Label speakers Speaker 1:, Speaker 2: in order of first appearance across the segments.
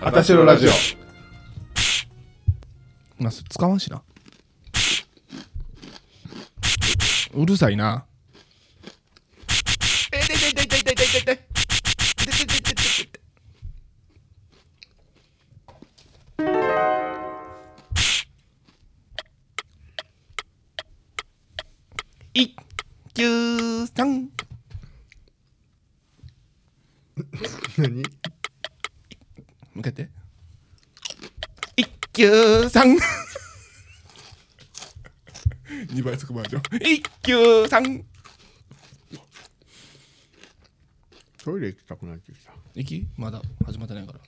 Speaker 1: あたしろラジオ。
Speaker 2: まあ、そ使わんしな。うるさいな。
Speaker 3: え痛い痛い痛い痛い痛い痛い痛い痛い痛い痛い痛い痛い痛い
Speaker 2: 一、九、三。
Speaker 1: 何
Speaker 2: 向けて。一、九、三。二倍つくバージョン。一、九、三。
Speaker 1: トイレ行きたくなってきた。
Speaker 2: 行きまだ始まってないから。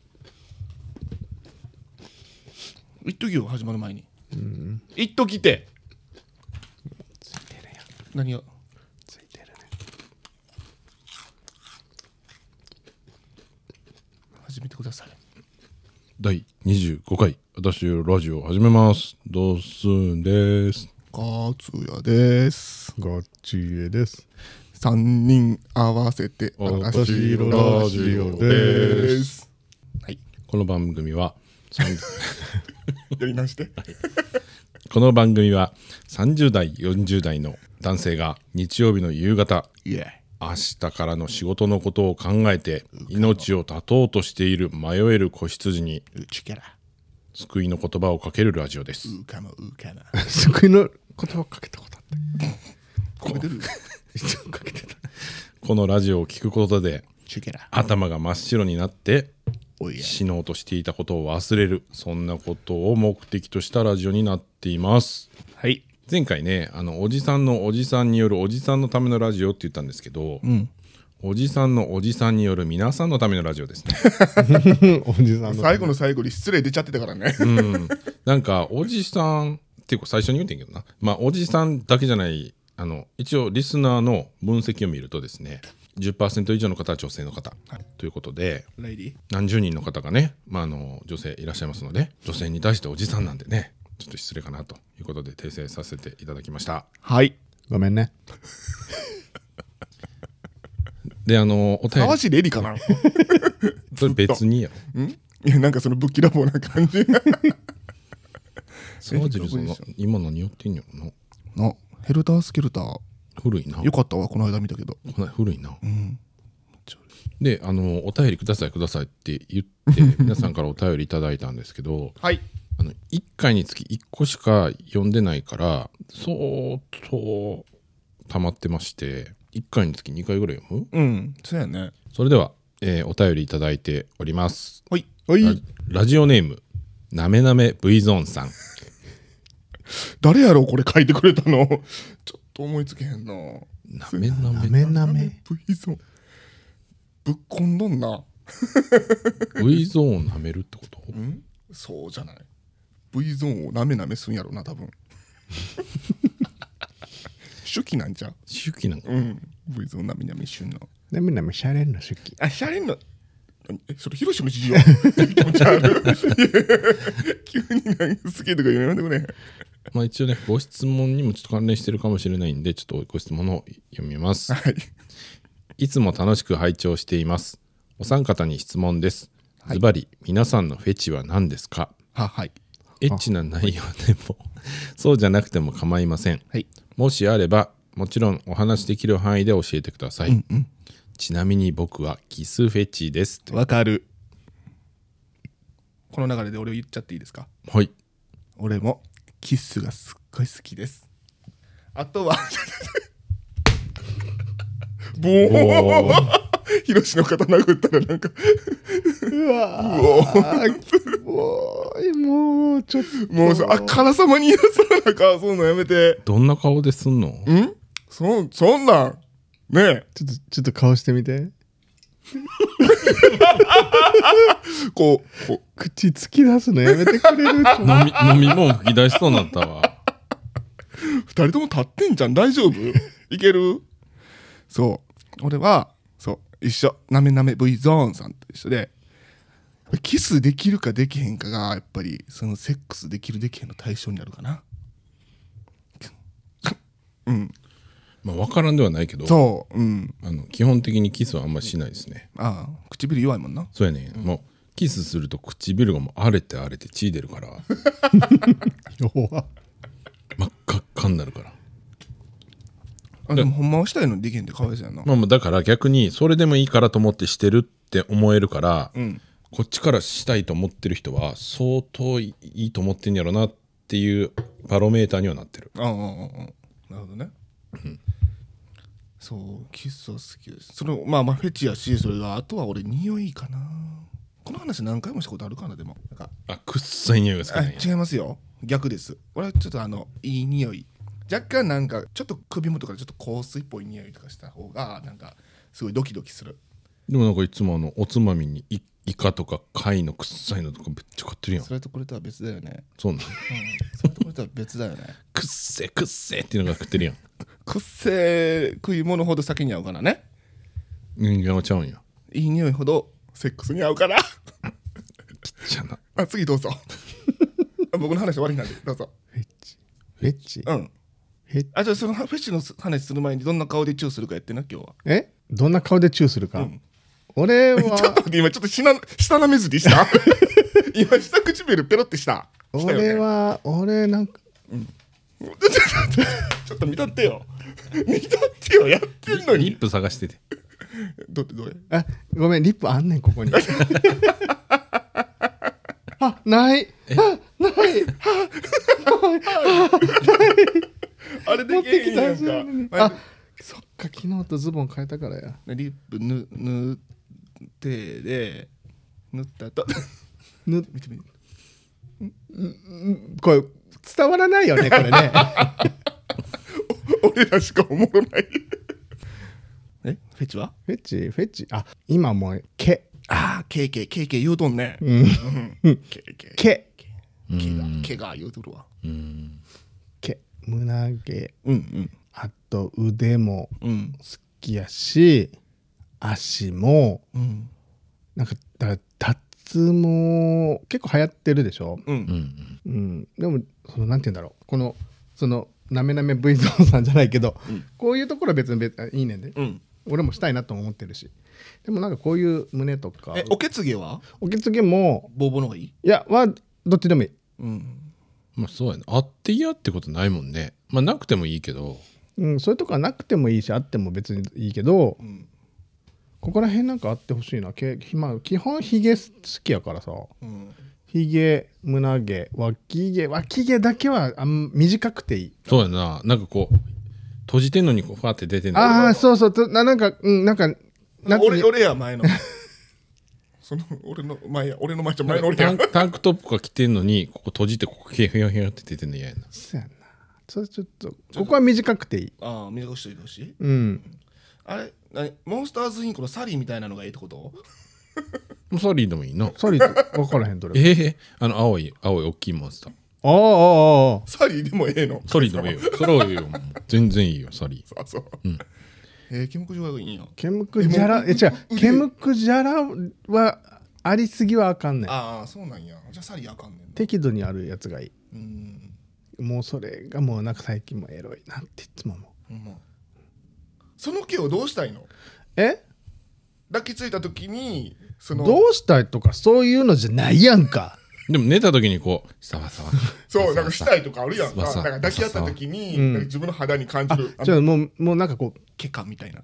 Speaker 2: 一時よ、始まる前に。一時って。
Speaker 1: ついてるやん。
Speaker 2: 何が
Speaker 1: ついてるね。
Speaker 2: 始めてください。
Speaker 4: 第25回私よラジオを始めますどうすんです
Speaker 2: 勝也です。
Speaker 1: ごっちえです。
Speaker 2: 三人合わせて。
Speaker 4: 私色ラジオです
Speaker 2: はい、
Speaker 4: この番組はさん
Speaker 2: やり直 して。
Speaker 4: この番組は30代40代の男性が日曜日の夕方
Speaker 2: イエ
Speaker 4: 明日からの仕事のことを考えて命を絶とうとしている迷える子羊に
Speaker 2: ーイ。うちから。
Speaker 4: 救いの言葉をかけるラジオです
Speaker 2: うかもうか な。
Speaker 1: 救いの言葉かけたことあった。
Speaker 2: こべてる。
Speaker 1: 一応かけてた。
Speaker 4: このラジオを聞くことで
Speaker 2: ちゅけら。
Speaker 4: 頭が真っ白になって
Speaker 2: おいや。
Speaker 4: 死のうとしていたことを忘れるそんなことを目的としたラジオになっています
Speaker 2: はい。
Speaker 4: 前回ねあのおじさんのおじさんによるおじさんのためのラジオって言ったんですけど、
Speaker 2: ん
Speaker 4: おじさんのおじさんによる皆さんのためのラジ オですね
Speaker 1: おじさんの。
Speaker 2: 最後の最後に失礼出ちゃってたからね。
Speaker 4: なんかおじさんっていうか最初に言うてんけどなまあおじさんだけじゃないあの一応リスナーの分析を見るとですね10%以上の方は女性の方、ということで
Speaker 2: レイディ。
Speaker 4: 何十人の方がね、まあ、あの女性いらっしゃいますので女性に対しておじさんなんでねちょっと失礼かなということで訂正させていただきました
Speaker 2: はい。
Speaker 1: ごめんね。
Speaker 4: であのお便
Speaker 2: たわ
Speaker 4: り
Speaker 2: しレディか な。
Speaker 4: それ別にやろ
Speaker 2: うん？いやなんかそのぶっきらぼうな感 じ。
Speaker 4: 沢尻さん
Speaker 2: ど
Speaker 4: は
Speaker 2: こ
Speaker 4: 今何やってんやろな
Speaker 2: のヘルタースケルター
Speaker 4: 古いな
Speaker 2: よかったわこの間見たけど。
Speaker 4: こない古いな
Speaker 2: うん。
Speaker 4: であのお便りくださいくださいって言って 皆さんからお便りいただいたんですけど
Speaker 2: はい。
Speaker 4: あの1回につき1個しか読んでないから相当溜まってまして1回につき2回ぐらい読む
Speaker 2: うん。そうやね。
Speaker 4: それでは、えーお便りいただいております。
Speaker 2: はい。
Speaker 1: お
Speaker 4: ラ
Speaker 1: い。
Speaker 4: ラジオネーム、なめなめ V ゾーンさん。
Speaker 2: 誰やろうこれ書いてくれたの。ちょっと思いつけへんな。
Speaker 4: なめな
Speaker 1: な
Speaker 4: め
Speaker 1: めなめ。
Speaker 2: ブイゾン。ぶっこんどんな。
Speaker 4: ?V ゾーンをなめるってこと
Speaker 2: んそうじゃない V ゾーンをなめなめすんやろな多分 初期なんじゃう
Speaker 4: 周期なんか
Speaker 2: うん V ゾーンなめなめしゅんの
Speaker 1: なめなめしゃれんの好き。
Speaker 2: あシャレんのえそれヒロシの事情気持ち悪いいや 急になんか好きとか言わないでくれ
Speaker 4: まあ一応ね、ご質問にもちょっと関連してるかもしれないんで、ちょっとご質問を読みます。
Speaker 2: はい
Speaker 4: いつも楽しく拝聴しています。お三方に質問です。ズバリ、皆さんのフェチは何ですか
Speaker 2: ははい
Speaker 4: エッチな内容でも、 そうじゃなくても構いません。
Speaker 2: はい
Speaker 4: もしあれば、もちろんお話しできる範囲で教えてください。ちなみに僕はキスフェチです。
Speaker 2: わかるこの流れで俺を言っちゃっていいですか
Speaker 4: はい。
Speaker 2: 俺もキスがすっごい好きですあ とはボーンヒロシの肩殴ったらなんか
Speaker 1: うわもう、もう、ちょっと。
Speaker 2: もうさあからさまに言い出さなあかんそんなんやめて
Speaker 4: どんな顔ですんの
Speaker 2: んそそんなんねえ
Speaker 1: ちょっと、ちょっと顔してみて。
Speaker 2: こうこ
Speaker 1: 口突き出すのやめてくれるちょっ
Speaker 4: 飲み 飲み物吹き出しそうになったわ。
Speaker 2: う二人とも立ってんじゃん大丈 夫いけるそう俺はそう一緒なめなめ V ゾーンさんと一緒でキスできるかできへんかがやっぱりそのセックスできるできへんの対象になるかな
Speaker 4: まあ、わからんではないけど、
Speaker 2: そううん
Speaker 4: あの基本的にキスはあんまりしないですね。
Speaker 2: ああ唇弱いもんな
Speaker 4: そうやね、もうキスすると唇がもう荒れて荒れて血出 るから
Speaker 1: 弱っ
Speaker 4: 真っ赤っかになるから
Speaker 2: あでもほんまはしたいのにできへんってかわいそうやな、
Speaker 4: まあまあだから逆にそれでもいいからと思ってしてるって思えるから、
Speaker 2: ん
Speaker 4: こっちからしたいと思ってる人は相当いいと思ってんやろなっていうバロメーターにはなってる
Speaker 2: うんうんうんうんなるほどね、そうキスは好きですそれまあまあフェチやしそれがあとは俺匂いかなこの話何回もしたことあるかなでもなんか
Speaker 4: あくっさい匂いが好き
Speaker 2: あ
Speaker 4: なんや
Speaker 2: 違いますよ逆です俺はちょっとあのいい匂い若干なんかちょっと首元からちょっと香水っぽい匂いとかした方がなんかすごいドキドキする
Speaker 4: でもなんかいつもあのおつまみにイイカとか貝のくっさいのとかめっちゃ買ってるやん
Speaker 2: それとこれとは別だよね
Speaker 4: そうなの
Speaker 2: うんそれとこれとは別だよね
Speaker 4: くっせくっせっていうのが食ってるやん
Speaker 2: くっせー食い物ほど先に合うからね
Speaker 4: 人間はちゃうんや
Speaker 2: いい匂いほどセックスに合うから
Speaker 4: じゃあな
Speaker 2: あ次どうぞ 僕の話終わりなんでどうぞ
Speaker 1: フェッチ
Speaker 2: うん
Speaker 1: フェッ
Speaker 2: あじゃあそのフェッシュの話する前にどんな顔でチューするかやってな今日は
Speaker 1: えどんな顔でチューするか、 俺
Speaker 2: ちょっ
Speaker 1: は
Speaker 2: と待って今ちょっとしな下なめずりした 今下唇ペロってしたしたよね
Speaker 1: 俺は俺なんか
Speaker 2: ちょっと見たってよ見たってよやってんの
Speaker 4: リ
Speaker 2: に
Speaker 4: ップ探してて
Speaker 2: どうってどれ
Speaker 1: あごめんリップあんねんこ こにあないあない
Speaker 2: あれ
Speaker 1: 持っ
Speaker 2: で
Speaker 1: て
Speaker 2: けえ
Speaker 1: き
Speaker 2: ん
Speaker 1: た
Speaker 2: や
Speaker 1: は
Speaker 2: ん
Speaker 1: ずやのに
Speaker 2: か
Speaker 1: あそっか昨日とズボン変えたからや
Speaker 2: リップぬ塗ってで塗ったと
Speaker 1: ぬ
Speaker 2: 見てみて
Speaker 1: これ伝わらないよねこれ ね
Speaker 2: 俺らしかおもろない えフェチは
Speaker 1: フェッチフェッチあ今もう毛
Speaker 2: ああ、ケイケイ、ケイケイ言うとんね。うんん。ケイケイ。
Speaker 1: 毛
Speaker 2: ケが、ケが言うとるわ。
Speaker 4: うん
Speaker 1: 毛胸毛
Speaker 2: うん
Speaker 1: あと腕も
Speaker 2: うん。うん。
Speaker 1: 好きやし足も
Speaker 2: うん。
Speaker 1: なんかだから脱毛結構流行ってるでしょ、
Speaker 2: う。
Speaker 4: うんん
Speaker 1: うん、でもそのなんて言うんだろうこのそのなめなめ V ゾーンさんじゃないけど、こういうところは別に別いいねんで、
Speaker 2: うん。
Speaker 1: 俺もしたいなとも思ってるしでもなんかこういう胸とか
Speaker 2: え、おけつげは
Speaker 1: おけつげも
Speaker 2: ボーボーの方がいい
Speaker 1: いやはどっちでもいい、
Speaker 2: うん。
Speaker 4: まあそうやなあって嫌ってことないもんねまあなくてもいいけど
Speaker 1: うん、そういうとこはなくてもいいしあっても別にいいけど、
Speaker 2: ん
Speaker 1: ここら辺なんかあってほしいなけ、まあ、基本ひげ好きやからさ
Speaker 2: うん。
Speaker 1: ひげ胸毛脇毛脇毛だけはあん短くていい
Speaker 4: そうやななんかこう閉じてんのにこうファーって出てんの
Speaker 1: ああそうそうとななんかうんなんか夏に
Speaker 2: 俺、俺や、前の。 その、俺の前や、俺の前じゃ前の俺
Speaker 4: タ
Speaker 2: や
Speaker 4: ン。タンクトップが着てんのにここ閉じてここヒヤヒヤヒヤって出てんの嫌やな
Speaker 1: そうやなそれちょっとここは短くていい
Speaker 2: ああ、短くしといてほしい。
Speaker 1: うん
Speaker 2: あれ、なにモンスターズインコのサリーみたいなのがいいってこと
Speaker 4: もうサリーでもいいな
Speaker 1: ソリー分からへんどれ
Speaker 4: ええあの青い青い大きいモンスター
Speaker 1: あああああ
Speaker 2: サリーでもええの。
Speaker 4: サリーでもいいよそれはいいよもう全然いいよサリー
Speaker 2: あ、そう。えー、キムコジョがいいんや。
Speaker 1: ケムクジャラえ違うケムクジャラはありすぎはあかんねん
Speaker 2: ああ、そうなんや。じゃあサリーあかんねんな。
Speaker 1: 適度にあるやつがいい
Speaker 2: うん。
Speaker 1: もうそれがもうなんか最近もエロいなっていつも思う
Speaker 2: ほんまその毛をどうしたいの
Speaker 1: え
Speaker 2: 抱きついた時にその
Speaker 1: どうしたいとかそういうのじゃないやんか
Speaker 4: でも寝た時にこうサワサワ
Speaker 2: そうなんかしたいとかあるやんか
Speaker 4: わ
Speaker 2: なん
Speaker 4: さ
Speaker 2: か抱き合った時に、
Speaker 1: うん
Speaker 2: なんか自分の肌に感じるあ
Speaker 1: じ
Speaker 2: の
Speaker 1: ゃあもうもうなんかこ
Speaker 2: 毛感みたいな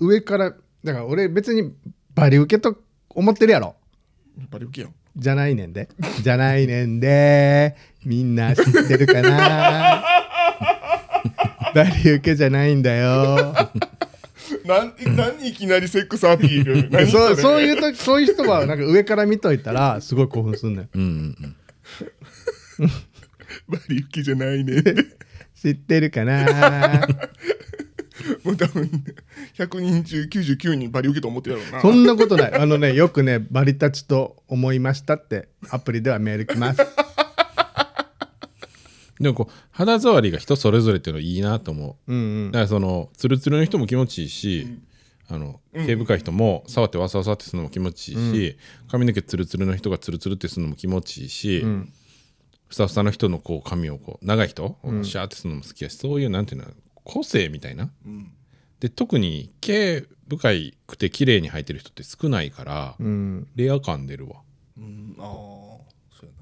Speaker 1: う上からだから俺別にバリ受けと思ってるやろ
Speaker 2: やっぱりウケやん
Speaker 1: じゃないねんで。じゃないねんで。みんな知ってるか なバリ受けじゃないんだよ。
Speaker 2: なん何いきなりセックスアピール何そ
Speaker 1: そ
Speaker 2: れ
Speaker 1: うそういう時、そういう人は、なんか上から見といたら、すごい興奮すんねん。
Speaker 4: うんうんうん
Speaker 2: バリウケじゃないね
Speaker 1: 知ってるかな
Speaker 2: もう多分100人中99人バリウケと思ってるやろうな
Speaker 1: そんなことない。あのね、よくね、バリたちと思いましたって、アプリではメール来 ます。
Speaker 4: でもこう肌触りが人それぞれっていうのいいなと思う、
Speaker 1: うんうん
Speaker 4: だからそのツルツルの人も気持ちいいし、あの毛深い人も触ってわさわさってするのも気持ちいいし、髪の毛ツルツルの人がツルツルってするのも気持ちいいし、ふさふさの人のこう髪をこう長い人をシャーってするのも好きやし、そういうなんていうの個性みたいな、で特に毛深くて綺麗に生えてる人って少ないから、
Speaker 1: うん
Speaker 4: レア感出るわ
Speaker 2: うんああそうや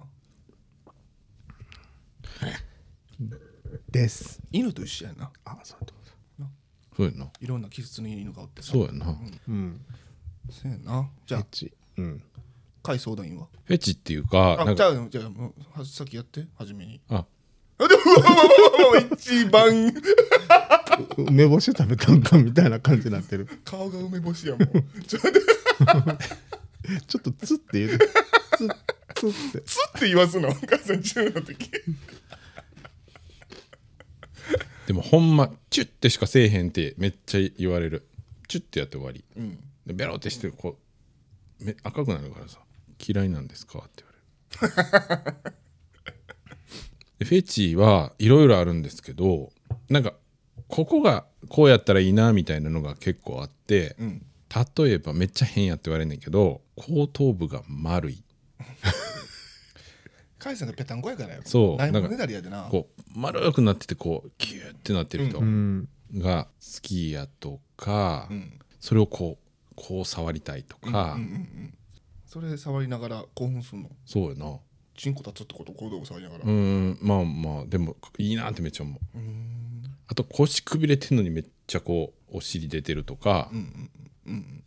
Speaker 2: な
Speaker 1: です
Speaker 2: 犬と一緒やな
Speaker 1: あそうだと
Speaker 4: そうやない
Speaker 2: ろんな気質の犬がおってさ
Speaker 4: そうやな、
Speaker 1: うん
Speaker 2: そうやなじ
Speaker 1: エ
Speaker 2: ゃ
Speaker 1: ッ
Speaker 2: あ
Speaker 1: チうん
Speaker 2: 海相談員は
Speaker 4: フェチっていうかな
Speaker 2: あ
Speaker 4: ん
Speaker 2: じゃ
Speaker 4: か
Speaker 2: あじゃあもうは先やって初めに
Speaker 4: あ
Speaker 2: あでもうわうわうわうわ一番
Speaker 1: 梅干し食べたんかみたいな感じになってる
Speaker 2: 顔が梅干しやもん ちょっと
Speaker 1: ちょっとツって言うてツッツッって
Speaker 2: つって言わすのお母さん中の時
Speaker 4: でもほんまチュッてしかせえへんってめっちゃ言われるチュッてやって終わり
Speaker 2: うん
Speaker 4: でベロってしてこうめ赤くなるからさ嫌いなんですかって言われる でフェチはいろいろあるんですけどなんかここがこうやったらいいなみたいなのが結構あって、
Speaker 2: うん
Speaker 4: 例えばめっちゃ変やって言われんねんけど後頭部が丸い
Speaker 2: 海さんがペタンコやからよ
Speaker 4: そう
Speaker 2: ないも
Speaker 4: なんんか
Speaker 2: ねだりやでな
Speaker 4: こう丸くなっててこうキューってなってる人
Speaker 1: うん
Speaker 4: が好きやとか、
Speaker 2: うん
Speaker 4: それをこうこう触りたいとか、
Speaker 2: うんうんうんそれ触りながら興奮すんの
Speaker 4: そうやな
Speaker 2: チンコ立つってこと行動を触りながら
Speaker 4: うーんまあまあでもいいなってめっちゃ思
Speaker 2: う
Speaker 4: う
Speaker 2: ん
Speaker 4: あと腰くびれてんのにめっちゃこうお尻出てるとか,、
Speaker 2: うんうんうん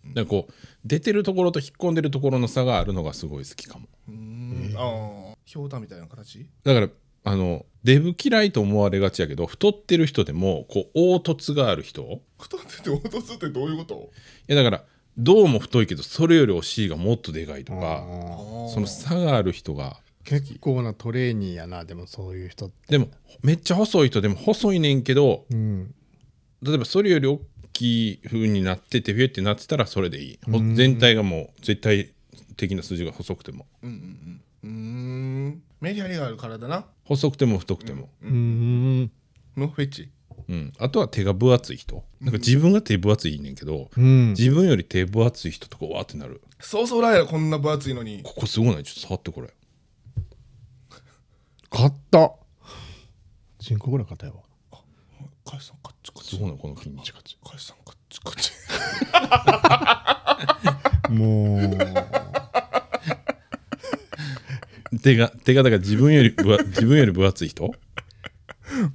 Speaker 4: なんかこう出てるところと引っ込んでるところの差があるのがすごい好きかも
Speaker 2: うんああひょうたんみたいな形
Speaker 4: だからあのデブ嫌いと思われがちやけど太ってる人でもこう凹凸がある人
Speaker 2: 太ってて落とすってどういうこと
Speaker 4: いやだからどうも太いけどそれよりお尻がもっとでかいと
Speaker 1: あ
Speaker 4: か
Speaker 1: ー
Speaker 4: その差がある人が
Speaker 1: 結構なトレーニーやなでもそういう人って
Speaker 4: でもめっちゃ細い人でも細いねんけど
Speaker 1: うん
Speaker 4: 例えばそれより大きい風になっててフィュってなってたらそれでいいほ全体がもう絶対的な数字が細くても
Speaker 2: うんうんうんうーんメリハリがある体な
Speaker 4: 細くても太くても、
Speaker 1: うん
Speaker 2: のフェチ
Speaker 4: うんあとは手が分厚い人なんか自分が手分厚いねんけど、
Speaker 1: うん
Speaker 4: 自分より手分厚い人とかわーってなる
Speaker 2: そうそうらんやろこんな分厚いのに
Speaker 4: ここすごないちょっと触ってこれ
Speaker 1: 買った人工ぐらい硬いわ
Speaker 2: カイさんカッチカ
Speaker 4: すごないこの筋肉
Speaker 2: カイさんカッチカチ
Speaker 1: もう
Speaker 4: 手が手がだから自分よ り分自分より分厚い人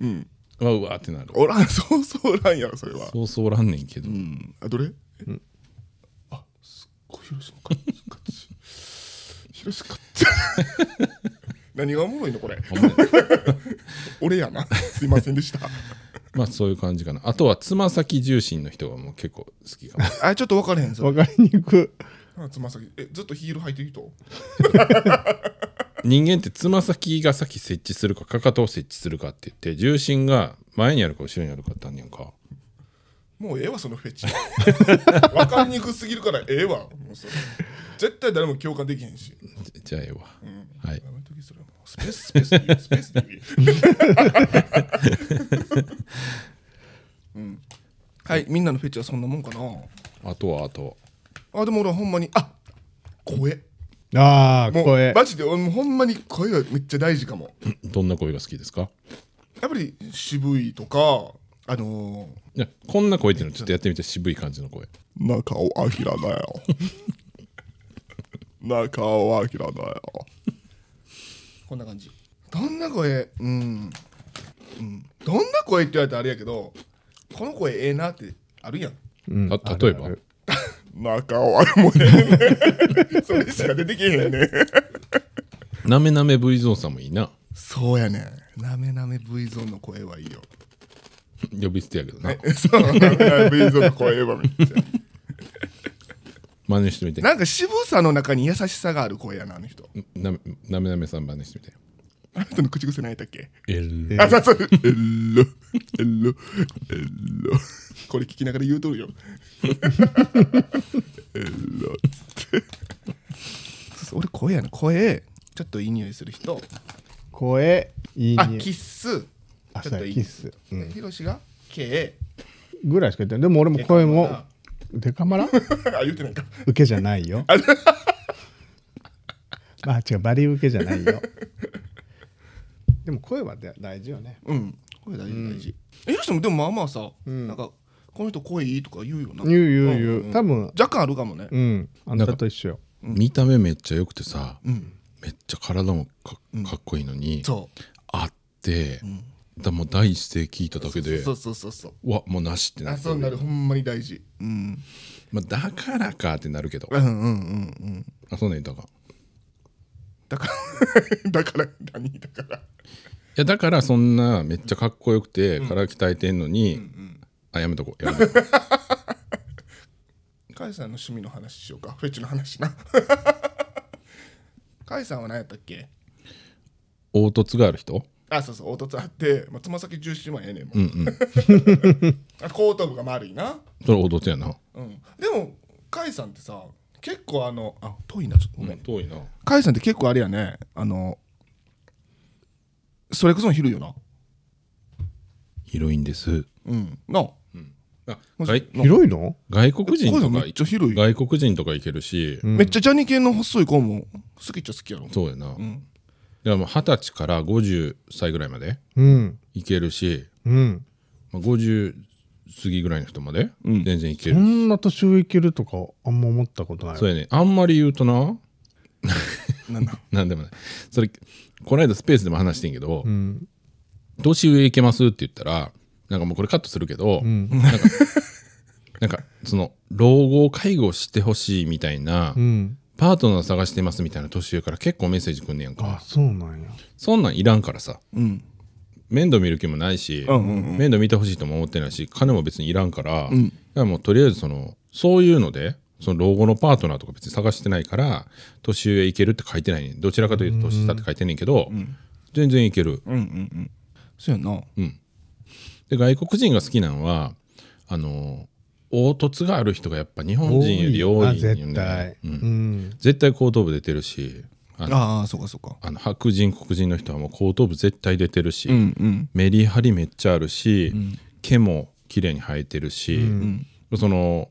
Speaker 2: うん
Speaker 4: はうわーってなる
Speaker 2: おらんそうそうらんやろそれは
Speaker 4: そうそうおらんねんけど、
Speaker 2: うんあどれえあすっごい広島カッチカチ広島カッ チ何がおもろいのこれ
Speaker 4: ほんまに
Speaker 2: 俺やなすいませんでした
Speaker 4: まあそういう感じかなあとはつま先重心の人がもう結構好きかも
Speaker 2: あちょっと分かれへんぞ
Speaker 1: 分かりにく
Speaker 2: つま先えずっとヒール履いてる人
Speaker 4: 人間ってつま先が先設置するかかかとを設置するかって言って重心が前にあるか後ろにあるかってあんねやんか
Speaker 2: もうええわそのフェチ 分かりにくすぎるからええわもうそれ絶対誰も共感できへんし、
Speaker 4: じじゃあええわ
Speaker 2: うん
Speaker 4: はい
Speaker 2: やめときそれはもうスペーススペースで言うスペースで言ううんはいみんなのフェチはそんなもんかな
Speaker 4: あとはあと
Speaker 2: あでも俺はほんまにあ声
Speaker 1: いああ
Speaker 2: もう
Speaker 1: 声
Speaker 2: マジで俺もうほんまに声がめっちゃ大事かも
Speaker 4: どんな声が好きですか
Speaker 2: やっぱり渋いとかあのー、
Speaker 4: いやこんな声っていうのちょっとやってみて渋い感じの声
Speaker 2: 中尾明だよ 中尾明だよこんな感じどんな声うん、うん、どんな声って言われたらあれやけどこの声ええなってあるやん
Speaker 1: うん
Speaker 4: た
Speaker 1: ある
Speaker 4: 例えば
Speaker 1: ある
Speaker 2: 中尾明もええね それしか出てけへんね
Speaker 4: なめなめ V ゾーンさんもいいな
Speaker 2: そうやねなめなめ V ゾーンの声はいいよ
Speaker 4: 呼び捨てやけどな
Speaker 2: そうなめなめ V ゾーンの声はめっちゃ
Speaker 4: 真似してみて な
Speaker 2: なんか渋さの中に優しさがある声やなあの人
Speaker 4: なめなめなめさん真似してみて
Speaker 2: あの人の口癖ないだっけ
Speaker 4: えー
Speaker 2: あ、 そうそう。えろ、えろ、えろ。これ聞きながら言うとるよ。えろって。そうそう俺、声やな。声、ちょっといい匂いする人。
Speaker 1: 声いい
Speaker 2: あ、
Speaker 1: 匂
Speaker 2: キッ
Speaker 1: い
Speaker 2: ス。
Speaker 1: あ
Speaker 2: ちょ
Speaker 1: そ
Speaker 2: っ
Speaker 1: う
Speaker 2: とい
Speaker 1: やキ
Speaker 2: い
Speaker 1: スうん
Speaker 2: ヒロシが K。
Speaker 1: ぐらいしか言ってないでも俺も声もデカマラ
Speaker 2: あ、言ってないか。
Speaker 1: 受けじゃないよ まあ違うバリ受けじゃないよでも声は大大事よね
Speaker 2: うん。声大事、大事。ヒロシもでもまあまあさ、なんか、この人声いいとか言うよ
Speaker 1: 言
Speaker 2: な
Speaker 1: う言う言う、
Speaker 2: んん
Speaker 1: 多分
Speaker 2: 若干あるかもね
Speaker 1: うんあんたと一緒よ
Speaker 4: 見た目めっちゃ良くてさ、
Speaker 2: うん
Speaker 4: めっちゃ体もかかっこいいのに、
Speaker 2: そう
Speaker 4: あって、だもう第一声聞いただけで
Speaker 2: そうそうそうそう
Speaker 4: うわもうなしってな
Speaker 2: あ
Speaker 4: る
Speaker 2: そうなるほんまに大事うん
Speaker 4: まあ、だからかってなるけど
Speaker 2: うんうんうんうん
Speaker 4: あそうねだからい
Speaker 2: だからだから 何だから
Speaker 4: やだからそんなめっちゃかっこよくて、体鍛えてんのに、あやめとこう やめとこ
Speaker 2: カイさんの趣味の話しようかフェチの話な カイさんは何やったっけ
Speaker 4: う凹凸がある人
Speaker 2: あそうそう凹凸あって、まあ、つま先17万やねんもん、 あ後頭部が丸いな
Speaker 4: それ凹凸やな、
Speaker 2: うんでもカイさんってさ結構あのあ遠いなちょっとごめん、
Speaker 4: 遠いな
Speaker 2: カイさんって結構あれやねあのストライクゾーン広いよな
Speaker 4: 広いんです
Speaker 2: うんなあ
Speaker 4: あ
Speaker 2: もし
Speaker 4: 外
Speaker 1: 広いの
Speaker 4: 外国人
Speaker 2: カイさ
Speaker 4: と
Speaker 2: ん
Speaker 4: か
Speaker 2: めっちゃ広い、
Speaker 4: 外国人とかいけるし、
Speaker 2: めっちゃジャニー系の細い子も好きっちゃ好きやろ
Speaker 4: そうやな、でも二十歳から50歳ぐらいまで
Speaker 1: うん
Speaker 4: いけるし、
Speaker 1: うん
Speaker 4: まあ、50過ぎぐらいの人まで
Speaker 2: うん
Speaker 4: 全然いける、
Speaker 1: こんな年上いけるとかあんま思ったことない
Speaker 4: そうやねあんまり言うとな
Speaker 2: なんだ
Speaker 4: なんでもないそれこの間スペースでも話してんけど、
Speaker 1: うん
Speaker 4: 年上いけますって言ったらなんかもうこれカットするけど、
Speaker 1: うん
Speaker 4: なんか なんかその老後介護してほしいみたいな、
Speaker 1: うん
Speaker 4: パートナー探してますみたいな年上から結構メッセージくんねやん
Speaker 1: あ
Speaker 4: か
Speaker 1: そうなんや
Speaker 4: そんなんいらんからさ
Speaker 2: うん
Speaker 4: 面倒見る気もないし、
Speaker 2: うんうんうん
Speaker 4: 面倒見てほしいとも思ってないし金も別にいらんから,、
Speaker 2: ん
Speaker 4: だからもうとりあえずそのそういうのでその老後のパートナーとか別に探してないから年上いけるって書いてないねんどちらかというと年下って書いてんねんけど、全然いける
Speaker 2: うんうんうんそうやな
Speaker 4: で外国人が好きなのはあの凹凸がある人がやっぱ日本人より多
Speaker 1: あ
Speaker 4: いんよ
Speaker 1: 絶
Speaker 4: ね
Speaker 1: 対
Speaker 4: う
Speaker 1: うんん
Speaker 4: 絶対後頭部出てるしあの
Speaker 2: ああそうかそうか
Speaker 4: あの白人黒人の人はもう後頭部絶対出てるし、
Speaker 2: うんうん
Speaker 4: メリハリめっちゃあるし、毛も綺麗に生えてるし、その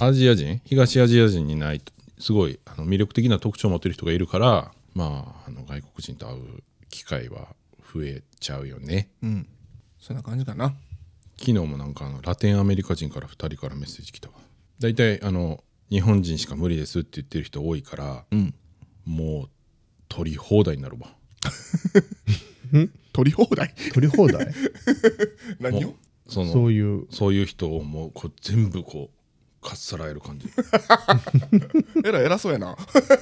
Speaker 4: アジア人東アジア人にないすごいあの魅力的な特徴を持ってる人がいるからまああの外国人と会う機会は増えちゃうよね
Speaker 2: うんそんな感じかな
Speaker 4: 昨日もなんかあのラテンアメリカ人から2人からメッセージ来たわ大体あの日本人しか無理ですって言ってる人多いから、
Speaker 2: ん
Speaker 4: もう取り放題になるわ
Speaker 2: 取り放題
Speaker 1: 取り放題
Speaker 2: 何を
Speaker 4: その
Speaker 1: そういう
Speaker 4: そういう人をもうこう全部こうかっさらえる感じ
Speaker 2: えら偉そうやな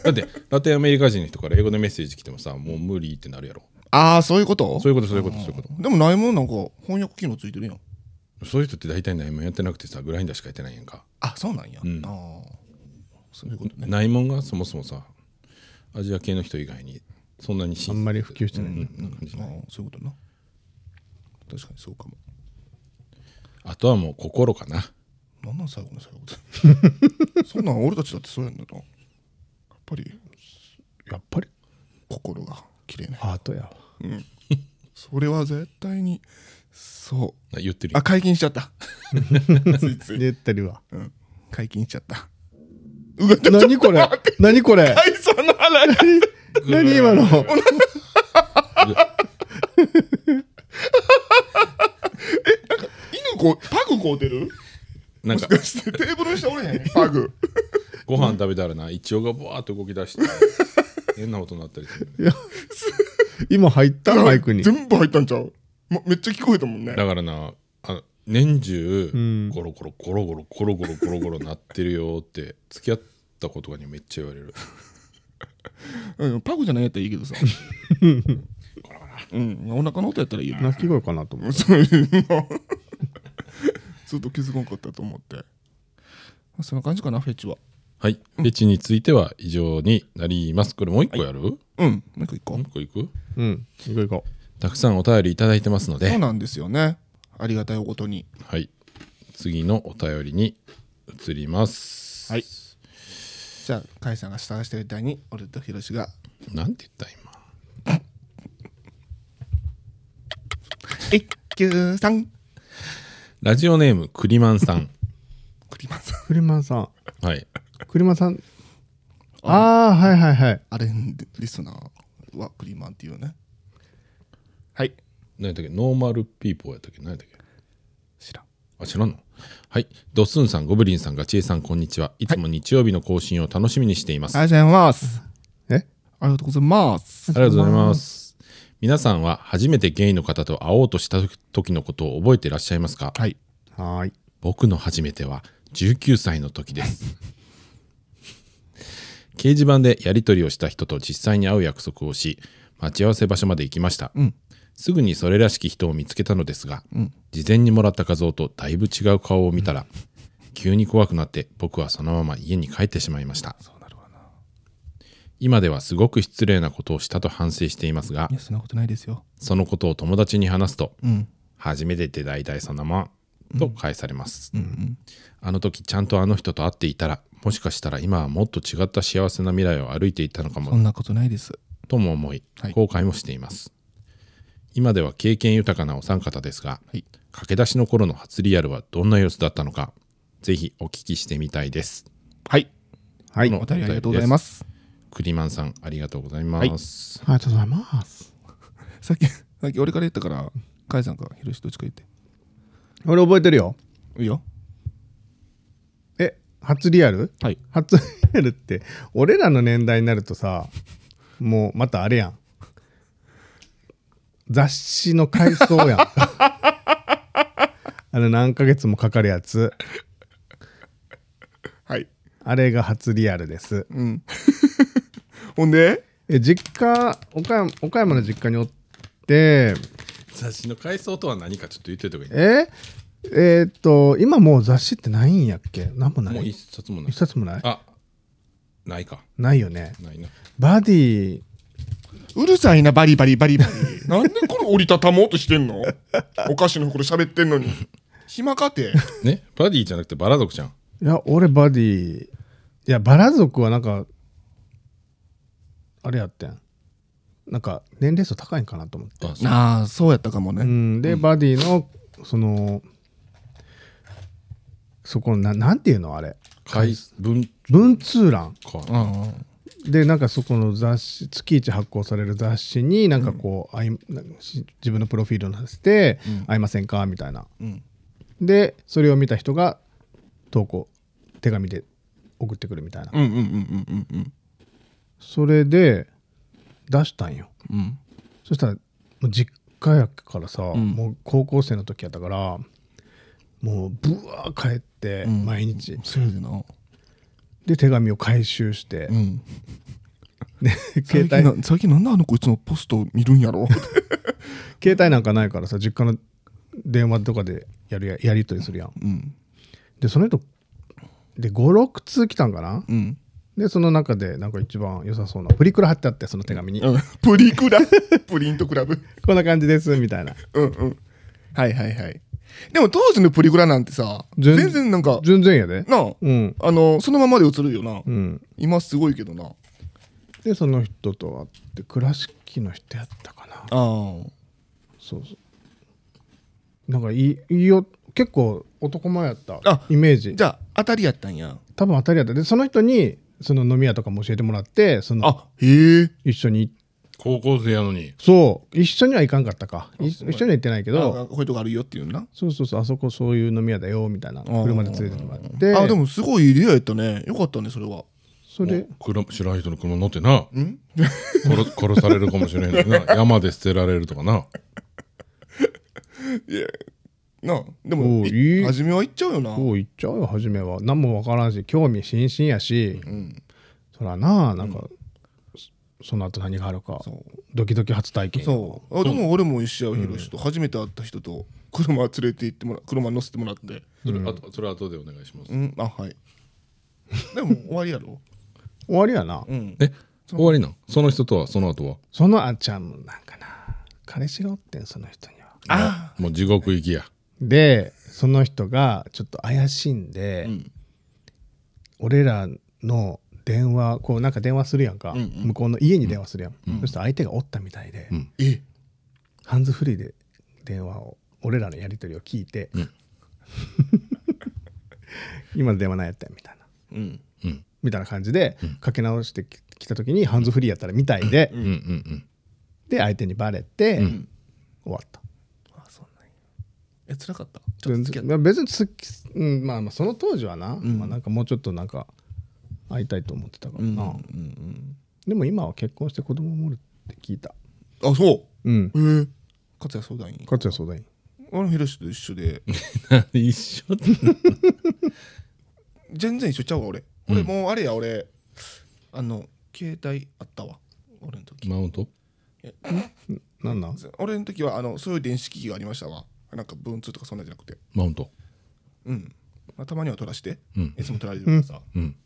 Speaker 4: だってラテンアメリカ人の人から英語でメッセージ来てもさもう無理ってなるやろ
Speaker 2: ああそういうこと
Speaker 4: そういうことそういうことそういうこと
Speaker 2: でもないもんなんか翻訳機能ついてるやん
Speaker 4: そういう人って大体内門やってなくてさグラインダーしかやってないやんか
Speaker 2: あそうなんや、
Speaker 4: ん
Speaker 2: ああそういうことね
Speaker 4: 内門がそもそもさアジア系の人以外にそんなに
Speaker 1: あん
Speaker 4: 親切
Speaker 1: まり普及してない、
Speaker 4: な感じ
Speaker 2: あ
Speaker 4: ない
Speaker 2: あそういうことな確かにそうかも
Speaker 4: あとはもう心かな
Speaker 2: なんなん最後の最後で そんなん俺たちだってそうやんだなやっぱり
Speaker 1: やっぱり
Speaker 2: 心が綺麗ね
Speaker 1: アートやわ
Speaker 2: それは絶対にそう
Speaker 4: 言ってるよ
Speaker 2: あ解禁しちゃった ついつい、
Speaker 1: 言ったり は
Speaker 2: うん、解禁しちゃったうがた
Speaker 1: 何こ れ何これ
Speaker 2: 解散の 話
Speaker 1: 何今の
Speaker 2: 犬こうパグこうてる
Speaker 4: なんか
Speaker 2: もしかしてテーブルの下おれへんパ グ
Speaker 4: ご飯食べたらな一応がボワーっと動き出して変な音になったりするよね
Speaker 1: 今入ったマイクに
Speaker 2: 全部入ったんちゃう、ま、めっちゃ聞こえたもんね
Speaker 4: だからなあ年中、
Speaker 1: ん
Speaker 4: ゴロゴロゴロゴロゴロゴロゴロゴロなってるよって付き合った子とかにめっちゃ言われる
Speaker 2: うん、パグじゃないやったらいいけど さうんお腹の音やったらいい よ、ね、
Speaker 1: 鳴き声かなと思っ
Speaker 2: そういうのずっと気づかんかったと思ってまあそんな感じかなフェチは
Speaker 4: はいフェチについては以上になりますこれもう一個やる、
Speaker 2: うんもう一個いこ
Speaker 4: もう
Speaker 2: う
Speaker 4: 一個いく
Speaker 1: たうん行こう行こ
Speaker 4: たくさんお便りいただいてますの
Speaker 2: そう
Speaker 4: で、
Speaker 2: なんですよねありがたいおことに
Speaker 4: はい、次のお便りに移ります
Speaker 2: はいじゃあ甲斐さんが探してる間に俺とヒロシが
Speaker 4: なんて言った今
Speaker 2: 一休さん
Speaker 4: ラジオネームクリマン さん
Speaker 2: クリマンさん
Speaker 1: うクリマンさん
Speaker 4: はい
Speaker 1: クリマンさんああーはいはいはい
Speaker 2: あれリスナーはクリマンっていうねはい
Speaker 4: 何やったっけノーマルピーポーやったっけ何やったっけ
Speaker 2: 知らん
Speaker 4: あ知らんのはい。ドッスンさん、ゴブリンさん、ガチエさん、こんにちは。いつも日曜日の更新を楽しみにしています。
Speaker 2: ありがとうございます。
Speaker 1: え
Speaker 2: ありがとうございます。
Speaker 4: ありがとうございます。皆さんは初めてゲイの方と会おうとした時のことを覚えていらっしゃいますか
Speaker 2: はい。
Speaker 1: はーい。
Speaker 4: 僕の初めては19歳の時です。 掲示板でやり取りをした人と実際に会う約束をし、待ち合わせ場所まで行きました。すぐにそれらしき人を見つけたのですが、事前にもらった画像とだいぶ違う顔を見たら、急に怖くなって僕はそのまま家に帰ってしまいました。今ではすごく失礼なことをしたと反省していますが
Speaker 2: いや、、そんなことないですよ。
Speaker 4: そのことを友達に話すと、
Speaker 2: うん。
Speaker 4: 初めてって大体そんなもんと返されます、あの時ちゃんとあの人と会っていたらもしかしたら今はもっと違った幸せな未来を歩いていたのか
Speaker 2: そ
Speaker 4: も
Speaker 2: んなことないです。
Speaker 4: とも思い
Speaker 2: はい
Speaker 4: 後悔もしています、今では経験豊かなお三方ですが、
Speaker 2: はい
Speaker 4: 駆け出しの頃の初リアルはどんな様子だったのかぜひお聞きしてみたいです
Speaker 2: はい。
Speaker 1: はい。ありが
Speaker 4: この
Speaker 2: お便りありがとうございます。
Speaker 4: クリマンさんありがとうございます、
Speaker 1: とうございます。
Speaker 2: さっき、さっき俺から言ったから、カイさんか、ヒロシどっちか言って。
Speaker 1: 俺覚えてるよ。
Speaker 2: いいよ。
Speaker 1: え、初リアル
Speaker 2: はい。
Speaker 1: 初リアルって、俺らの年代になるとさ、もうまたあれやん。雑誌の回想やん。 あの何ヶ月もかかるやつ。
Speaker 2: はい。
Speaker 1: あれが初リアルです。
Speaker 2: うん。ほんで
Speaker 1: え、実家、岡山岡山の実家におって、
Speaker 4: 雑誌の回想とは何かちょっと言っておいた方がいいね
Speaker 1: ええーっと、今もう雑誌ってないんやっけなんもな
Speaker 4: もう
Speaker 1: い
Speaker 4: 一冊もない
Speaker 1: 一冊もない
Speaker 4: あないか
Speaker 1: ないよね。
Speaker 4: ないな
Speaker 1: バディ、
Speaker 2: うるさいな、バリバリバリバリ。 なんでこれ折りたたもうとしてんのお菓子の袋喋ってんのに。暇か て。
Speaker 4: ねバディじゃなくてバラ族じゃん
Speaker 1: いや、俺バディ、いや、バラ族はなんか、あれやってん。なんか、年齢層高いんかなと思って。
Speaker 4: あそう
Speaker 2: ああ、そうやったかもね。
Speaker 1: うん、で、バディの、その、そこのな、なんていうのあれ。
Speaker 4: 回分
Speaker 1: 文通欄。
Speaker 4: か
Speaker 2: あ
Speaker 1: でなんかそこの雑誌月一発行される雑誌になんかこう、あいなんかし自分のプロフィールを載せて「会いませんか?」みたいな、
Speaker 2: ん
Speaker 1: でそれを見た人が投稿手紙で送ってくるみたいな、
Speaker 2: うんうんうんうんうん
Speaker 1: それで出したんよ
Speaker 2: うん。
Speaker 1: そしたらもう実家やからさ、
Speaker 2: ん
Speaker 1: もう高校生の時やったからもうぶわー帰って
Speaker 2: ん
Speaker 1: 毎日、
Speaker 2: そうやでな。
Speaker 1: で手紙を回収して、
Speaker 2: ん。
Speaker 1: で携
Speaker 2: 最
Speaker 1: 帯
Speaker 2: 近な最近なんであの子いつもポスト見るんやろ
Speaker 1: 携帯なんかないからさ実家の電話とかでやるややり取りするやん
Speaker 2: うん
Speaker 1: でその人で56通来たんかな
Speaker 2: うん
Speaker 1: でその中でなんか一番良さそうなプリクラ貼ってあってその手紙に、
Speaker 2: プリクラプリントクラブ
Speaker 1: こんな感じですみたいな
Speaker 2: うんうんはいはいはいでも当時のプリクラなんてさ
Speaker 1: 全
Speaker 2: 全然なんか
Speaker 1: 全然やで
Speaker 2: なあ
Speaker 1: うん
Speaker 2: あのそのままで映るよな、
Speaker 1: うん
Speaker 2: 今すごいけどな
Speaker 1: でその人と会って倉敷の人やったかな
Speaker 2: あ
Speaker 1: そうそうなんかいいいいよ結構男前やった
Speaker 2: あ
Speaker 1: イメージ
Speaker 2: じゃあ当たりやったんや
Speaker 1: 多分当たりやったでその人にその飲み屋とかも教えてもらってその
Speaker 2: あへえ
Speaker 1: 一緒に行って
Speaker 4: 高校生やのに
Speaker 1: そう一緒には行かんかったかい一緒には行ってないけ
Speaker 2: あ
Speaker 1: ど
Speaker 2: こういうとこあるよっていうな
Speaker 1: そうそうそうあそこそういう飲み屋だよみたいな車で連れてってもらって
Speaker 2: あでもすごいリアやったねよかったねそれは
Speaker 1: それで
Speaker 4: 車知らん人の車乗ってな殺 殺されるかもしれんのにな 山で捨てられるとかない
Speaker 2: やなあで
Speaker 1: お
Speaker 2: も
Speaker 1: う
Speaker 2: い
Speaker 1: いい
Speaker 2: 初めは行っちゃうよな
Speaker 1: こう行っちゃうよ初めは何もわからんし興味津々やし、
Speaker 2: ん
Speaker 1: そらななんか、そその後何があるかドキドキ初体験よ
Speaker 2: そうあでも俺も一緒やヒロシと初めて会った人と車連れて行ってもら車乗せてもらって
Speaker 4: それ,、あとそれは後でお願いします、
Speaker 2: うんあはいで も終わりやろ
Speaker 1: 終わりやな、
Speaker 2: うん
Speaker 4: え終わりなんその人とはその後は
Speaker 1: そのあっちゃんもなんかな彼氏がおってんその人には
Speaker 2: あ
Speaker 4: もう地獄行きや
Speaker 1: でその人がちょっと怪しいんで、
Speaker 2: ん
Speaker 1: 俺らの電話こうなんか電話するやんか、
Speaker 2: うんうん
Speaker 1: 向こうの家に電話するやん、そしたら相手がおったみたいで、
Speaker 4: うん
Speaker 2: え
Speaker 1: ハンズフリーで電話を俺らのやり取りを聞いて、 今の電話なんやったんみたいな
Speaker 2: うん
Speaker 4: うん
Speaker 1: みたいな感じで、かけ直してききた時にハンズフリーやったらみたいで、
Speaker 4: うんうんうん
Speaker 1: で相手にバレて、
Speaker 4: ん
Speaker 1: 終わった
Speaker 2: あそうなんやえ辛かったちょっと好きやっ
Speaker 1: まあ別につ、うん、まあまあその当時はな、
Speaker 2: ん
Speaker 1: まあなんかもうちょっとなんか会いたいと思ってたか
Speaker 2: た
Speaker 1: ら
Speaker 2: うんう
Speaker 1: な、
Speaker 2: ん
Speaker 1: でも今は結婚して子供もおるって聞いた
Speaker 2: うんあそ
Speaker 1: うん
Speaker 2: うへえ勝也相談員
Speaker 1: 勝也相談員
Speaker 2: あのヒロシと一緒 で
Speaker 4: 一緒って
Speaker 2: 全然一緒ちゃうわ俺俺もうあれや俺あの携帯あったわ俺の時
Speaker 4: マウント
Speaker 1: なんなん
Speaker 2: 俺の時はあのそういう電子機器がありましたわなんか文通とかそんなんじゃなくて
Speaker 4: マウント
Speaker 2: うん、まあ、たまには取らして、
Speaker 4: うん
Speaker 2: いつも取られるからさ、
Speaker 4: うん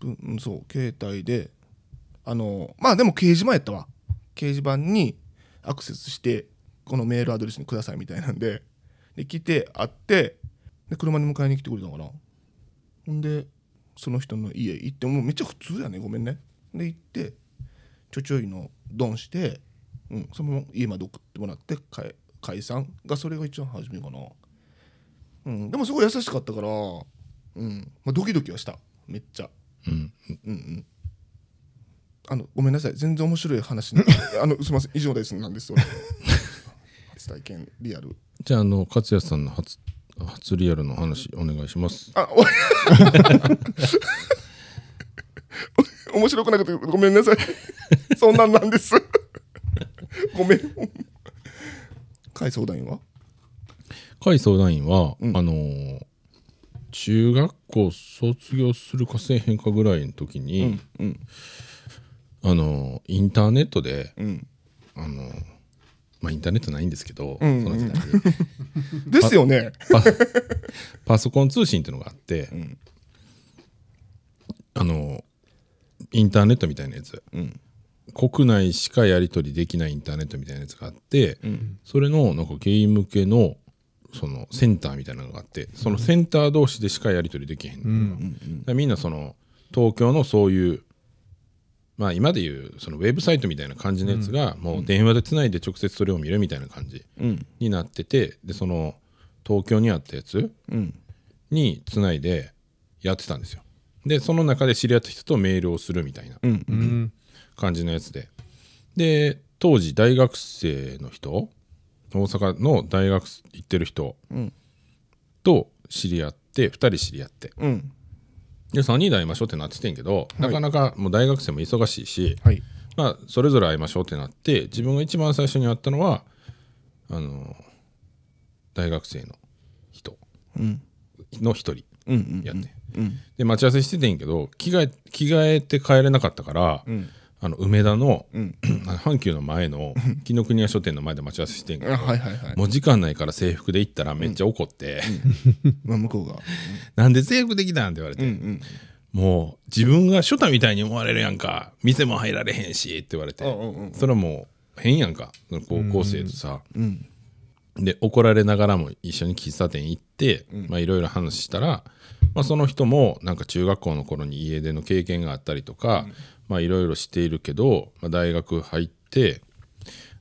Speaker 2: ぶうんそう携帯であのまあでも掲示板やったわ掲示板にアクセスしてこのメールアドレスにくださいみたいなんでで来て会ってで車に迎えに来てくれたのかなほんでその人の家行ってもうめっちゃ普通やねごめんねで行ってちょちょいのドンして、うん、そのまま家まで送ってもらって解解散がそれが一番初めかなうんでもすごい優しかったからうん、まあ、ドキドキはしためっちゃ
Speaker 4: うん
Speaker 2: うんうん。あの、ごめんなさい。全然面白い話 に。あの、すみません。以上です。なんです。俺 初体験リアル。
Speaker 4: じゃああの勝也さんの初初リアルの話お願いします
Speaker 2: あ、おい 面白くなくてごめんなさい。そんなんなんです。ごめん。海相談員は
Speaker 4: 甲斐相談員は、あのー中学校卒業するかせえへんかぐらいの時に、
Speaker 2: うん
Speaker 4: あのーインターネットで
Speaker 2: うん。
Speaker 4: あのーまあインターネットないんですけ
Speaker 2: ん
Speaker 4: ど、
Speaker 2: うん
Speaker 4: その時代に
Speaker 2: ですよね。
Speaker 4: パ パソコン通信っていうのがあって、
Speaker 2: ん
Speaker 4: あのインターネットみたいなやつ、
Speaker 2: ん
Speaker 4: 国内しかやり取りできないインターネットみたいなやつがあって、それのなんかゲーム系のそのセンターみたいなのがあってそのセンター同士でしかやり取りできへん、だからみんなその東京のそういうまあ今でいうそのウェブサイトみたいな感じのやつがもう電話でつないで直接それを見るみたいな感じ
Speaker 2: うん。
Speaker 4: になっててでその東京にあったやつ
Speaker 2: うん。
Speaker 4: につないでやってたんですよでその中で知り合った人とメールをするみたいな
Speaker 2: うん。
Speaker 1: うん
Speaker 4: 感じのやつでで当時大学生の人大阪の大学行ってる人
Speaker 2: ん
Speaker 4: と知り合って2人知り合って
Speaker 2: うん。
Speaker 4: で3人で会いましょうってなっててんけど、
Speaker 2: い
Speaker 4: なかなかもう大学生も忙しいし、
Speaker 2: はい。
Speaker 4: まあ、それぞれ会いましょうってなって自分が一番最初に会ったのはあの大学生の人
Speaker 2: うん。
Speaker 4: の一人
Speaker 2: うん。うん。
Speaker 4: やって、
Speaker 2: うん。
Speaker 4: で待ち合わせしててんけど着替え着替えて帰れなかったから、
Speaker 2: ん
Speaker 4: あの梅田の、
Speaker 2: ん
Speaker 4: あの阪急の前の紀ノ国屋書店の前で待ち合わせしてんけ
Speaker 2: あ
Speaker 4: ど
Speaker 2: はいはいはい。
Speaker 4: もう時間ないから制服で行ったらめっちゃ怒って
Speaker 2: まあ、向こうが。
Speaker 4: 「 なんで制服できたん?」って言われて、
Speaker 2: うん。
Speaker 4: もう自分が初太みたいに思われるやんか店も入られへんしって言われて、
Speaker 2: うんうんうん
Speaker 4: それはもう変やんかその高校生とさ、
Speaker 2: うん。
Speaker 4: で怒られながらも一緒に喫茶店行ってまあいろいろ話したら、まあ、その人もなんか中学校の頃に家出の経験があったりとかまあいろいろしているけど、まあ、大学入って、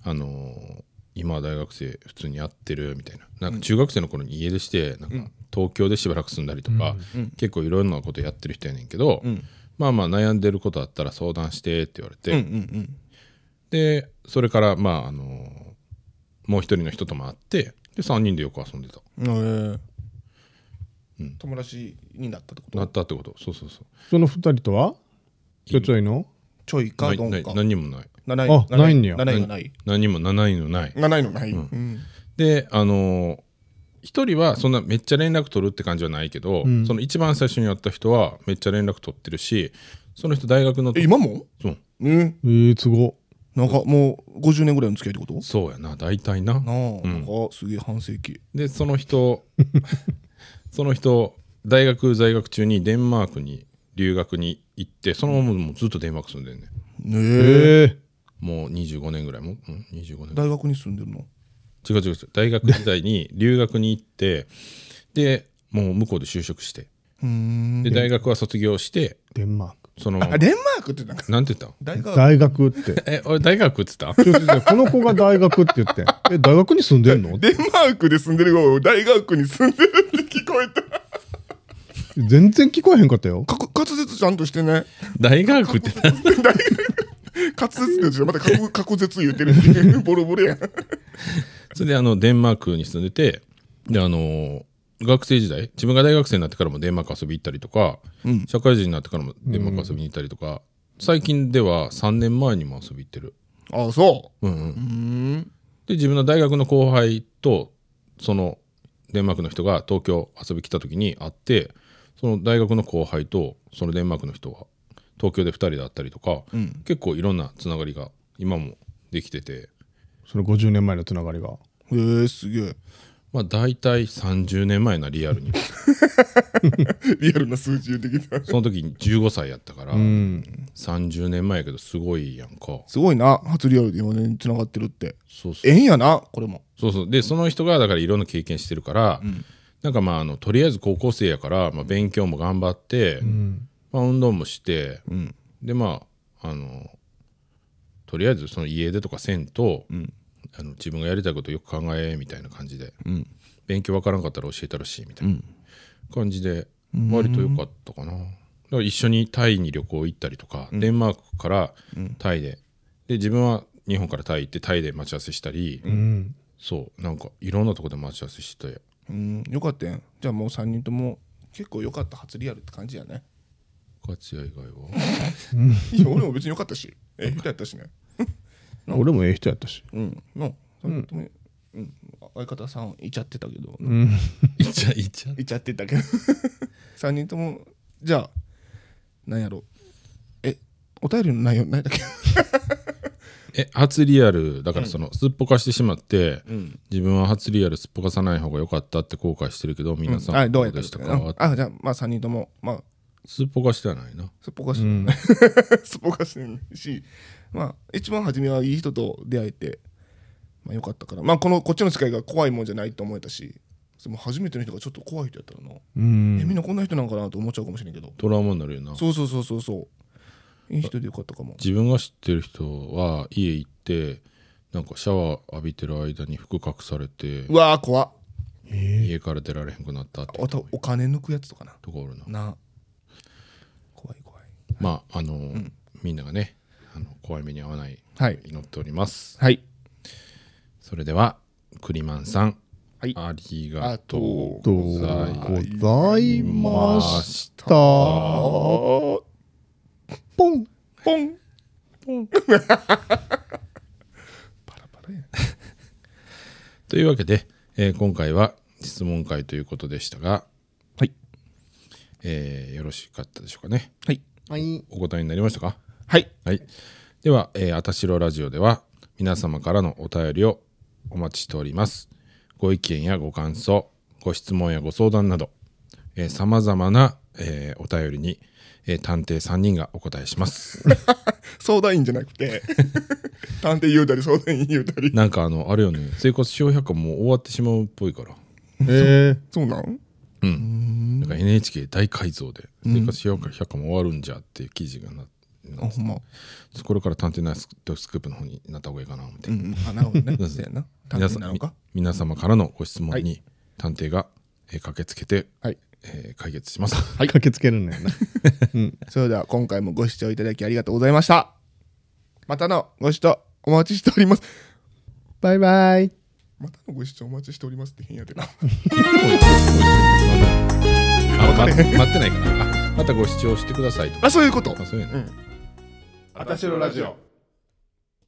Speaker 4: あのー今は大学生普通にやってるみたいななんか中学生の頃に家出してなんか東京でしばらく住んだりとか、結構いろんなことやってる人やねんけど、
Speaker 2: ん
Speaker 4: まあまあ悩んでることあったら相談してって言われて、
Speaker 2: うん。うん。
Speaker 4: でそれからまああのもう一人の人とも会ってで3人でよく遊んでた
Speaker 2: うん。友達になったってこと
Speaker 4: なったってことそうそうそう
Speaker 1: その二人とはちょちょいの
Speaker 2: ちょいか
Speaker 4: ない
Speaker 2: どん
Speaker 4: ない
Speaker 2: か。
Speaker 4: 何にもない
Speaker 2: 七位
Speaker 1: あないんや
Speaker 2: 七位がない。
Speaker 4: 何にも7位のない
Speaker 2: 七位のない。うん。
Speaker 4: であの一人はそんなめっちゃ連絡取るって感じはないけど、
Speaker 1: ん
Speaker 4: その一番最初に会った人はめっちゃ連絡取ってるしその人大学の
Speaker 2: え、今も
Speaker 4: そう
Speaker 2: うん。
Speaker 1: えー、都合
Speaker 2: なんかもう50年ぐらいの付き合いってこと
Speaker 4: そうやな大体な
Speaker 2: なあ、なんかすげえ半世紀。
Speaker 4: でその人 その人大学在学中にデンマークに留学に行ってそのままもうずっとデンマーク住んでんねん
Speaker 2: ねえ。
Speaker 4: もう25年ぐらいもうん25年
Speaker 2: 大学に住んでるの
Speaker 4: 違う違う違う大学時代 に留学に行ってでもう向こうで就職して
Speaker 2: うーん。
Speaker 4: で大学は卒業して
Speaker 1: デンマーク
Speaker 4: その
Speaker 2: あ、デンマークってなんか
Speaker 4: なんて言ったん
Speaker 2: 大学
Speaker 1: 大学って
Speaker 4: え俺大学って言った
Speaker 1: ちょちょちょこの子が大学って言ってえ大学に住んでんの
Speaker 2: デンマークで住んでるが大学に住んでるって聞こえた。
Speaker 1: 全然聞こえへんかったよ
Speaker 2: か滑舌ちゃんとしてね。
Speaker 4: 大学っ て言った
Speaker 2: 滑舌って言うとまた滑滑舌言ってるっていうボロボロやん。
Speaker 4: それであのデンマークに住んでてであのー学生時代自分が大学生になってからもデンマーク遊び行ったりとか、
Speaker 2: うん
Speaker 4: 社会人になってからもデンマーク遊びに行ったりとか、最近では3年前にも遊び行ってる、
Speaker 2: ああそ
Speaker 4: うんうん
Speaker 2: ううーん
Speaker 4: で自分の大学の後輩とそのデンマークの人が東京遊び来た時に会ってその大学の後輩とそのデンマークの人は東京で2人で会ったりとか、
Speaker 2: ん
Speaker 4: 結構いろんなつながりが今もできてて、
Speaker 1: その50年前のつながりが
Speaker 2: へえすげえ
Speaker 4: まあ、大体30年前なリアルに
Speaker 2: リアルな数字言ってきた
Speaker 4: その時に15歳やったから、
Speaker 1: うん
Speaker 4: 30年前やけどすごいやんか
Speaker 2: すごいな初リアルで4年つながってるって
Speaker 4: そうそう
Speaker 2: 縁やなこれも
Speaker 4: そうそうでその人がだからいろんな経験してるから、なんかまああのとりあえず高校生やから、まあ、勉強も頑張って、
Speaker 1: うん
Speaker 4: まあ、運動もして、
Speaker 2: ん
Speaker 4: でまああのとりあえずその家出とかせんと、あの自分がやりたいことよく考えみたいな感じで、勉強わからんかったら教えたらしいみたいな感じで、割と良かったかなだから一緒にタイに旅行行ったりとか、デンマークからタイでで自分は日本からタイ行ってタイで待ち合わせしたり、
Speaker 1: うん
Speaker 4: そうなんかいろんなとこで待ち合わせして
Speaker 2: うんよかったやんじゃあもう3人とも結構よかった初リアルって感じやね
Speaker 4: 活也以外はい
Speaker 2: や俺も別によかったしええ人やったしね
Speaker 1: 俺もええ人やったし
Speaker 2: うんの3人ともうん相方さんいちゃってたけど
Speaker 1: うん
Speaker 4: いっちゃいっちゃ
Speaker 2: いちゃってたけど3人ともじゃあなんやろえお便りの内容何だっけ
Speaker 4: え初リアルだからそのすっぽかしてしまって、
Speaker 2: ん
Speaker 4: 自分は初リアルすっぽかさない方が良かったって後悔してるけど皆さん、
Speaker 2: あどうやった
Speaker 4: で
Speaker 2: でし
Speaker 4: し
Speaker 2: たた
Speaker 4: か、
Speaker 2: かあじゃあまあ3人ともまあ
Speaker 4: すっぽかしてはないな
Speaker 2: すっぽかし、
Speaker 1: うん
Speaker 2: すっぽかしんしまあ一番初めはいい人と出会えてまあよかったからまあこのこっちの世界が怖いもんじゃないと思えたしその初めての人がちょっと怖い人やったらな、
Speaker 1: うん
Speaker 2: えみんなこんな人なんかなと思っちゃうかもしれんけど
Speaker 4: トラウマになるよな
Speaker 2: そうそうそうそうそういい人でよかったかも
Speaker 4: 自分が知ってる人は家行ってなんかシャワー浴びてる間に服隠されて
Speaker 2: うわー怖っ
Speaker 4: 家から出られへんくなったって
Speaker 2: あとお金抜くやつとかな
Speaker 4: とこおるな
Speaker 2: な怖い怖い
Speaker 4: まああのーみんながねあの怖い目に遭わない
Speaker 2: はい
Speaker 4: 祈っております
Speaker 2: はい
Speaker 4: それではクリマンさん、
Speaker 2: はい
Speaker 4: あり
Speaker 2: あ
Speaker 4: がと
Speaker 2: と
Speaker 4: う
Speaker 1: とうございました。ポン
Speaker 2: ポン
Speaker 4: というわけで、えー今回は質問会ということでしたが、
Speaker 2: はい
Speaker 4: えーよろしかったでしょうかね
Speaker 2: はい
Speaker 1: はい。
Speaker 4: お答えになりましたか
Speaker 2: はい
Speaker 4: はいでは、えー、あたしろラジオでは皆様からのお便りをお待ちしておりますご意見やご感想ご質問やご相談などさまざまな、えーお便りに、えー探偵3人がお答えします
Speaker 2: 相談員じゃなく て探偵言うたり相談員言うたり
Speaker 4: なんかあのあれよね生活小百科もう終わってしまうっぽいから
Speaker 1: えー、
Speaker 2: そうなん
Speaker 4: なんか NHK 大改造で生活しようか100も終わるんじゃっていう記事がな、
Speaker 2: あほんま
Speaker 4: これから探偵ナイススクープの方になった方がいいかな思って、
Speaker 2: うんあなるほどね
Speaker 4: う ん
Speaker 2: そうやな探
Speaker 4: 皆
Speaker 2: 偵
Speaker 4: さ
Speaker 2: なんのか
Speaker 4: み皆様からのご質問
Speaker 2: は
Speaker 4: に探偵が、えー駆けつけて、
Speaker 2: はい
Speaker 4: えー解決します
Speaker 1: 駆けつけるんだよな。
Speaker 2: それでは今回もご視聴いただきありがとうございましたまたのご視聴お待ちしております
Speaker 1: バイバイ。
Speaker 2: またのご視聴お待ちしておりますって変やでな
Speaker 4: あ、ま、 待ってないからあまたご視聴してくださいとか
Speaker 2: あそういうこと
Speaker 4: あそういうの、
Speaker 2: 私のラジオ